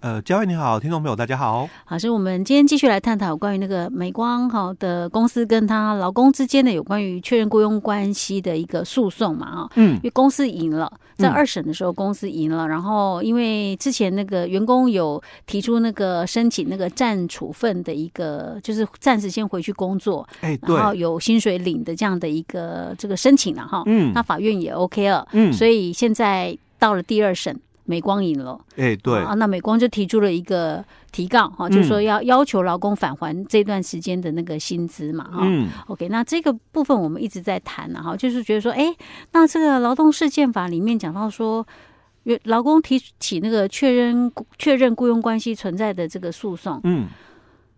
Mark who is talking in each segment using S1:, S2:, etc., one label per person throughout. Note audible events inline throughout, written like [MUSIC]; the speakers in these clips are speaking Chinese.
S1: 呃，嘉惠你好，听众朋友大家好。
S2: 好，是我们今天继续来探讨关于那个美光哈的公司跟他劳工之间的有关于确认雇佣关系的一个诉讼嘛啊，
S1: 嗯
S2: 因为公司赢了，在
S1: 嗯
S2: 二审的时候公司赢了，然后因为之前那个员工有提出那个申请那个暂处分的一个，就是暂时先回去工作，
S1: 哎，对
S2: 然，后有薪水领的这样的一个这个申请了哈，
S1: 嗯
S2: 那法院也 OK 了，
S1: 嗯，
S2: 所以现在到了第二审，美光赢了。
S1: 哎，对，嗯
S2: 啊，那美光就提出了一个提告哈、就是说要要求劳工返还这段时间的那个薪资嘛哈。
S1: 嗯，
S2: OK，那这个部分我们一直在谈了、哈，就是觉得说，哎、那这个劳动事件法里面讲到说，有劳工提起那个确认确认雇佣关系存在的这个诉讼，
S1: 嗯，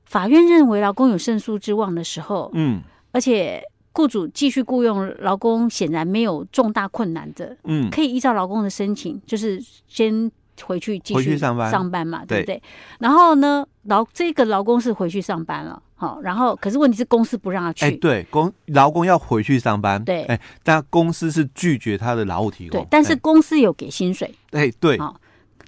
S2: 法院认为劳工有胜诉之望的时候，
S1: 嗯，
S2: 而且雇主继续雇佣劳工显然没有重大困难的，
S1: 嗯，
S2: 可以依照劳工的申请，就是先回去继
S1: 回
S2: 续
S1: 去上班
S2: 嘛，对不对？然后呢，劳这个劳工是回去上班了，好、然后可是问题是公司不让他去，
S1: 哎，对，工劳工要回去上班，
S2: 对
S1: 哎，但公司是拒绝他的劳务提供，
S2: 对，但是公司有给薪水。
S1: 哎，哎，对
S2: 好，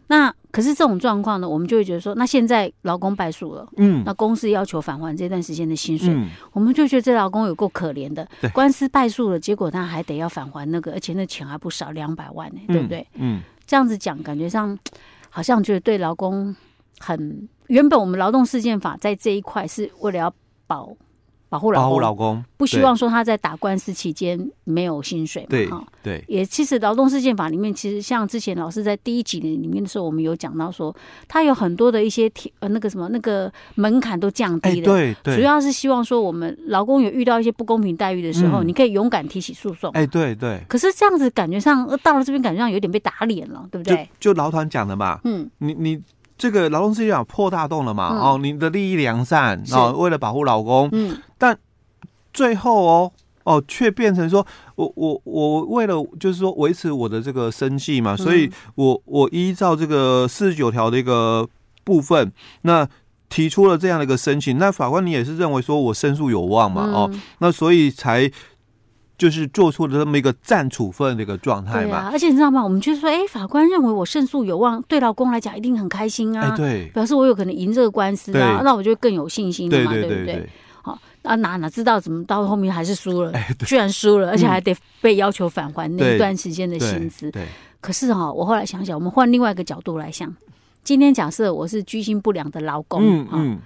S2: 那可是这种状况呢，我们就会觉得说，那现在劳工败诉了，
S1: 嗯，
S2: 那公司要求返还这段时间的薪水，
S1: 嗯，
S2: 我们就觉得这劳工有够可怜的
S1: 对，
S2: 官司败诉了，结果他还得要返还那个，而且那钱还不少，两百万呢、对不对？
S1: 嗯？
S2: 这样子讲，感觉上好像觉得对劳工很。原本我们劳动事件法在这一块是为了要保保护
S1: 嗯，保
S2: 劳
S1: 护老
S2: 工，
S1: 公，
S2: 不希望说他在打官司期间没有薪水嘛
S1: 对，
S2: 哈。
S1: 对，
S2: 也其实劳动事件法里面，其实像之前老师在第一集里面的时候，我们有讲到说，他有很多的一些提呃那个什么那个门槛都降
S1: 哎，
S2: 低了。
S1: 对，
S2: 主
S1: 对，
S2: 要是希望说，我们劳工有遇到一些不公平待遇的时候，
S1: 嗯
S2: 你可以勇敢提起诉讼。
S1: 哎，对，对，
S2: 可是这样子感觉上，呃到了这边感觉上有点被打脸了，对不
S1: 就
S2: 对？
S1: 就劳团讲的嘛，
S2: 嗯，
S1: 你你这个劳动市场破大洞了嘛，
S2: 嗯
S1: 哦，你的利益良善
S2: 是
S1: 哦，为了保护老公，
S2: 嗯
S1: 最后哦哦，却变成说我我我为了就是说维持我的这个生计
S2: 嗯
S1: 嘛，所以我我依照这个四十九条的一个部分，那提出了这样的一个申请，那法官你也是认为说我申诉有望嘛，哦，
S2: 嗯
S1: 那所以才。就是做出了这么一个暂处分的一个状态
S2: 对
S1: 嘛，
S2: 啊，而且你知道吗？我们就说，哎，法官认为我胜诉有望，对老公来讲一定很开心
S1: 哎、
S2: 啊，
S1: 对，
S2: 表示我有可能赢这个官司啊，
S1: 对
S2: 那我就更有信心了
S1: 对
S2: 嘛，
S1: 对
S2: 不
S1: 对
S2: 对？
S1: 对，
S2: 啊，哪哪知道怎么到后面还是输了，
S1: 哎，对
S2: 居然输了，而且还得被要求返还那一
S1: 对
S2: 段时间的薪资
S1: 对。对，
S2: 可是哈、我后来想想，我们换另外一个角度来想，今天假设我是居心不良的劳工，
S1: 嗯
S2: 啊
S1: 嗯，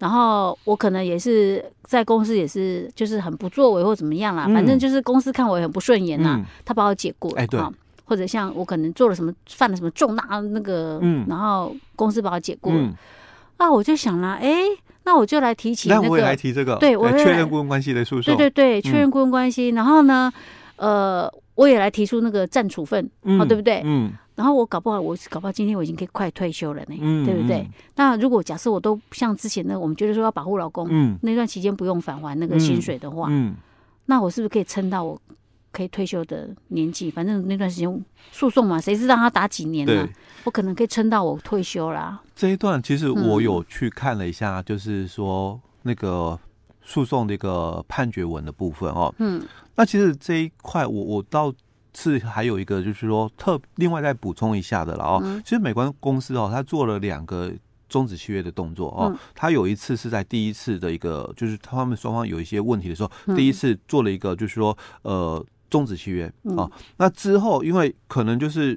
S2: 然后我可能也是在公司也是就是很不作为或怎么样啦，
S1: 嗯
S2: 反正就是公司看我也很不顺眼啊啦、
S1: 嗯
S2: 他把我解雇了，
S1: 哎对
S2: 啊或者像我可能做了什么犯了什么重大那个，
S1: 嗯
S2: 然后公司把我解雇了，
S1: 嗯，
S2: 啊，我就想啦，哎，那我就来提起
S1: 那
S2: 个，
S1: 我也来提这个，
S2: 对我也
S1: 确
S2: 来
S1: 认雇佣关系的诉讼，
S2: 对对哦对，确
S1: 嗯
S2: 认雇佣关系，然后呢，呃，我也来提出那个暂处分，
S1: 嗯，
S2: 哦对不对
S1: 嗯，
S2: 然后我搞不好我搞不好今天我已经可以快退休了呢，
S1: 嗯
S2: 对不对？？那如果假设我都像之前呢，我们觉得说要保护老公，
S1: 嗯
S2: 那段期间不用返还那个
S1: 嗯
S2: 薪水的话，
S1: 嗯，
S2: 那我是不是可以撑到我可以退休的年纪？反正那段时间诉讼嘛，谁知道他打几年啊呢、
S1: 对，
S2: 我可能可以撑到我退休啦。
S1: 这一段其实我
S2: 嗯
S1: 有去看了一下，就是说那个诉讼的一个判决文的部分哦。
S2: 嗯
S1: 那其实这一块我我倒是还有一个就是说特另外再补充一下的了哦。
S2: 嗯
S1: 其实美观公司哦，它做了两个。终止契约的动作哦
S2: 嗯，
S1: 它有一次是在第一次的一个，就是他们双方有一些问题的时候，
S2: 嗯
S1: 第一次做了一个，就是说呃终止契约
S2: 嗯
S1: 哦。那之后，因为可能就是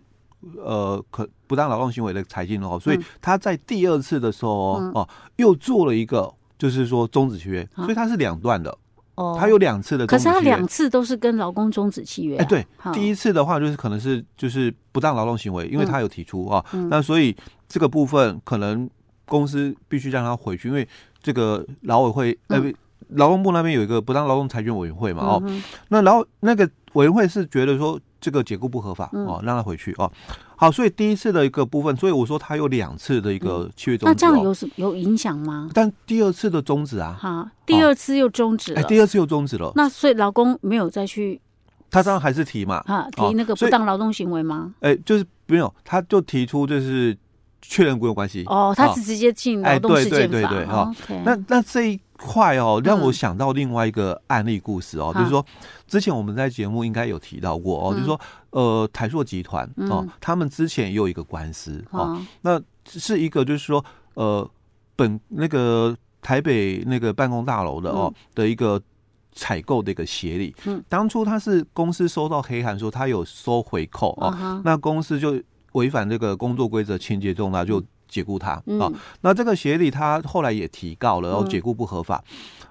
S1: 呃可不当劳动行为的裁定哦，所以
S2: 嗯
S1: 他在第二次的时候哦,、
S2: 嗯
S1: 哦又做了一个，就是说终止契约，
S2: 啊
S1: 所以它是两段的，
S2: 哦，
S1: 它有两次的
S2: 可
S1: 终
S2: 是
S1: 止契约。
S2: 他两次都是跟老公终止契约、啊。
S1: 哎，对，
S2: 好，
S1: 第一次的话就是可能是就是不当劳动行为，因为
S2: 嗯
S1: 他有提出啊，
S2: 嗯
S1: 那所以这个部分可能公司必须让他回去，因为这个劳委会呃。
S2: 嗯
S1: 劳动部那边有一个不当劳动裁决委员会嘛，哦，
S2: 嗯哼
S1: 那劳那个委员会是觉得说这个解雇不合法、
S2: 嗯
S1: 哦，让他回去哦。好，所以第一次的一个部分，所以我说他有两次的一个契约终止、哦
S2: 那这样有什有影响吗？
S1: 但第二次的终止啊，
S2: 哈，第二次又终止
S1: 哎，
S2: 了。
S1: 第二次又终止了，
S2: 那所以老公没有再去
S1: 他当然还是提嘛，
S2: 哈
S1: 哦
S2: 提那个
S1: 所
S2: 不
S1: 以
S2: 当劳动行为吗？
S1: 哎、就是没有，他就提出就是确认雇佣关系。
S2: 哦，他
S1: 哦
S2: 是直接进
S1: 哎
S2: 劳动
S1: 对
S2: 事
S1: 对
S2: 件
S1: 对
S2: 法。
S1: 对
S2: OK，
S1: 那那这一快哦，让我
S2: 嗯
S1: 想到另外一个案例故事哦，就是
S2: 好
S1: 说之前我们在节目应该有提到过哦，就是说呃台塑集团哦
S2: 嗯，
S1: 他们之前也有一个官司哦，
S2: 啊，
S1: 那是一个就是说呃本那个台北那个办公大楼的哦的一个。采购的一个协理，
S2: 嗯
S1: 当初他是公司收到黑函说他有收回扣哦，
S2: 啊哈，
S1: 那公司就违反这个工作规则情节重大，就解雇他啊、
S2: 嗯
S1: 那这个协理他后来也提告了，然后
S2: 嗯
S1: 解雇不合法。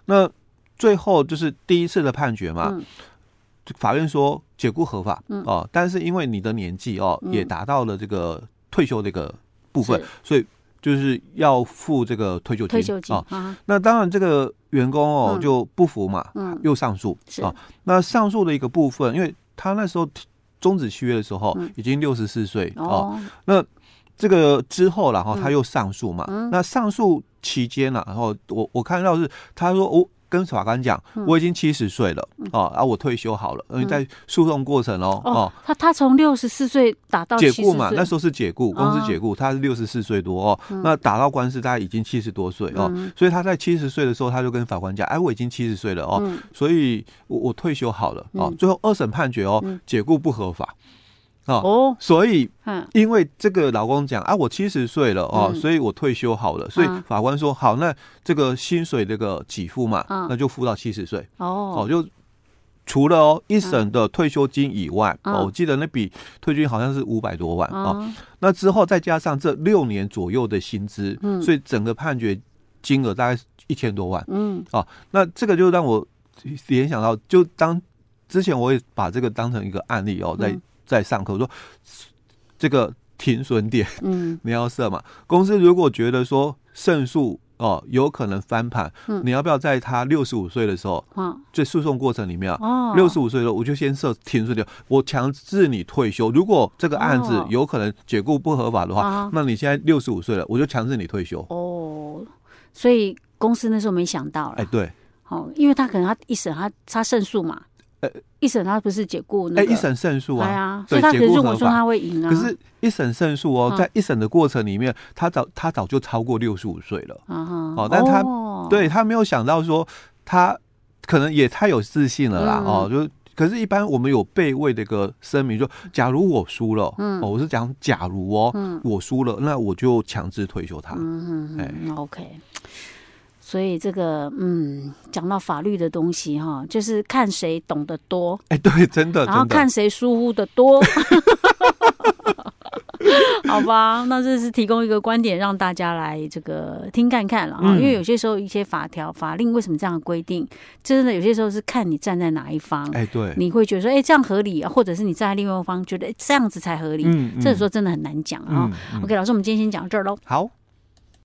S1: 那最后就是第一次的判决嘛，
S2: 嗯
S1: 法院说解雇合法
S2: 嗯
S1: 哦、但是因为你的年纪哦、
S2: 嗯
S1: 也达到了这个退休这个部分
S2: 是，
S1: 所以就是要付这个退休金
S2: 退休金
S1: 哦
S2: 啊，
S1: 那当然这个员工哦、
S2: 嗯
S1: 就不服嘛，
S2: 嗯
S1: 又上诉
S2: 是
S1: 啊。那上诉的一个部分，因为他那时候提终止契约的时候、
S2: 嗯
S1: 已经六十四岁哦，
S2: 哦，
S1: 这个之后然后
S2: 嗯
S1: 他又上诉嘛，
S2: 嗯
S1: 那上诉期间呢、然后我我看到是他说我、跟法官讲，
S2: 嗯
S1: 我已经七十岁了哦，啊，我退休好了，因为
S2: 嗯
S1: 在诉讼过程哦
S2: 哦，他他从六十四岁打到
S1: 解雇嘛，
S2: 70岁哦
S1: 那时候是解雇，公司解雇，他是六十四岁多哦，那打到官司大概已经七十多岁哦，
S2: 嗯
S1: 所以他在七十岁的时候他就跟法官讲，哎，我已经七十岁了哦，
S2: 嗯
S1: 所以我我退休好了哦
S2: 嗯，
S1: 最后二审判决哦
S2: 嗯，
S1: 解雇不合法哦，
S2: 哦，
S1: 所以
S2: 嗯
S1: 因为这个老公讲啊，我七十岁了哦，
S2: 嗯
S1: 所以我退休好了，所以
S2: 啊
S1: 法官说好，那这个薪水这个给付嘛，
S2: 啊
S1: 那就付到七十岁哦，
S2: 哦，
S1: 就除了哦一审的退休金以外、
S2: 啊
S1: 哦，我记得那笔退休金好像是五百多万啊、哦，
S2: 啊
S1: 那之后再加上这六年左右的薪资，
S2: 嗯
S1: 所以整个判决金额大概一千多万。
S2: 嗯
S1: 那这个就让我联想到，就当之前我也把这个当成一个案例哦，在
S2: 嗯
S1: 在上课我说这个停损点
S2: 嗯
S1: 你要设嘛，公司如果觉得说胜诉哦有可能翻盘，
S2: 嗯
S1: 你要不要在他六十五岁的时候，
S2: 啊
S1: 这诉讼过程里面啊？
S2: 哦，
S1: 六十五岁的时候，我就先设停损点，我强制你退休。如果这个案子
S2: 哦
S1: 有可能解雇不合法的话，
S2: 啊
S1: 那你现在六十五岁了，我就强制你退休。
S2: 哦，所以公司那时候没想到
S1: 哎，
S2: 了，
S1: 对，
S2: 哦，因为他可能他一审他他胜诉嘛，
S1: 呃
S2: 一审他不是解雇那
S1: 哎，
S2: 个
S1: 一审胜诉
S2: 哎
S1: 啊，
S2: 呀，所
S1: 对
S2: 以他可
S1: 解
S2: 能
S1: 雇
S2: 认为
S1: 合
S2: 说
S1: 法
S2: 他会赢啊，
S1: 可是，一审胜诉哦，
S2: 嗯
S1: 在一审的过程里面，他早他早就超过六十五岁了，
S2: 啊哈，
S1: 哦但他
S2: 哦
S1: 对他没有想到说他可能也太有自信了啦，
S2: 嗯
S1: 哦，就是。可是，一般我们有备位的一个声明，说假如我输了，
S2: 嗯
S1: 哦，我是讲假如哦，
S2: 嗯
S1: 我输了，那我就强制退休他。
S2: 嗯嗯
S1: 哎
S2: 嗯，OK。所以这个，嗯，讲到法律的东西哈，就是看谁懂得多，
S1: 哎、对，真的，
S2: 然后
S1: 真
S2: 看
S1: 的，
S2: 谁疏忽的多。 [LAUGHS] 好吧，那这是提供一个观点让大家来这个听看看了啊，
S1: 嗯
S2: 因为有些时候一些法条、法令为什么这样规定，真的有些时候是看你站在哪一方，
S1: 哎、对，
S2: 你会觉得说，哎、这样合理啊，或者是你站在另外一方觉得、哎这样子才合理，
S1: 嗯
S2: 这时
S1: 候，
S2: 候真的很难讲啊。
S1: 嗯嗯
S2: OK，老师，我们今天先讲到这儿喽。
S1: 好。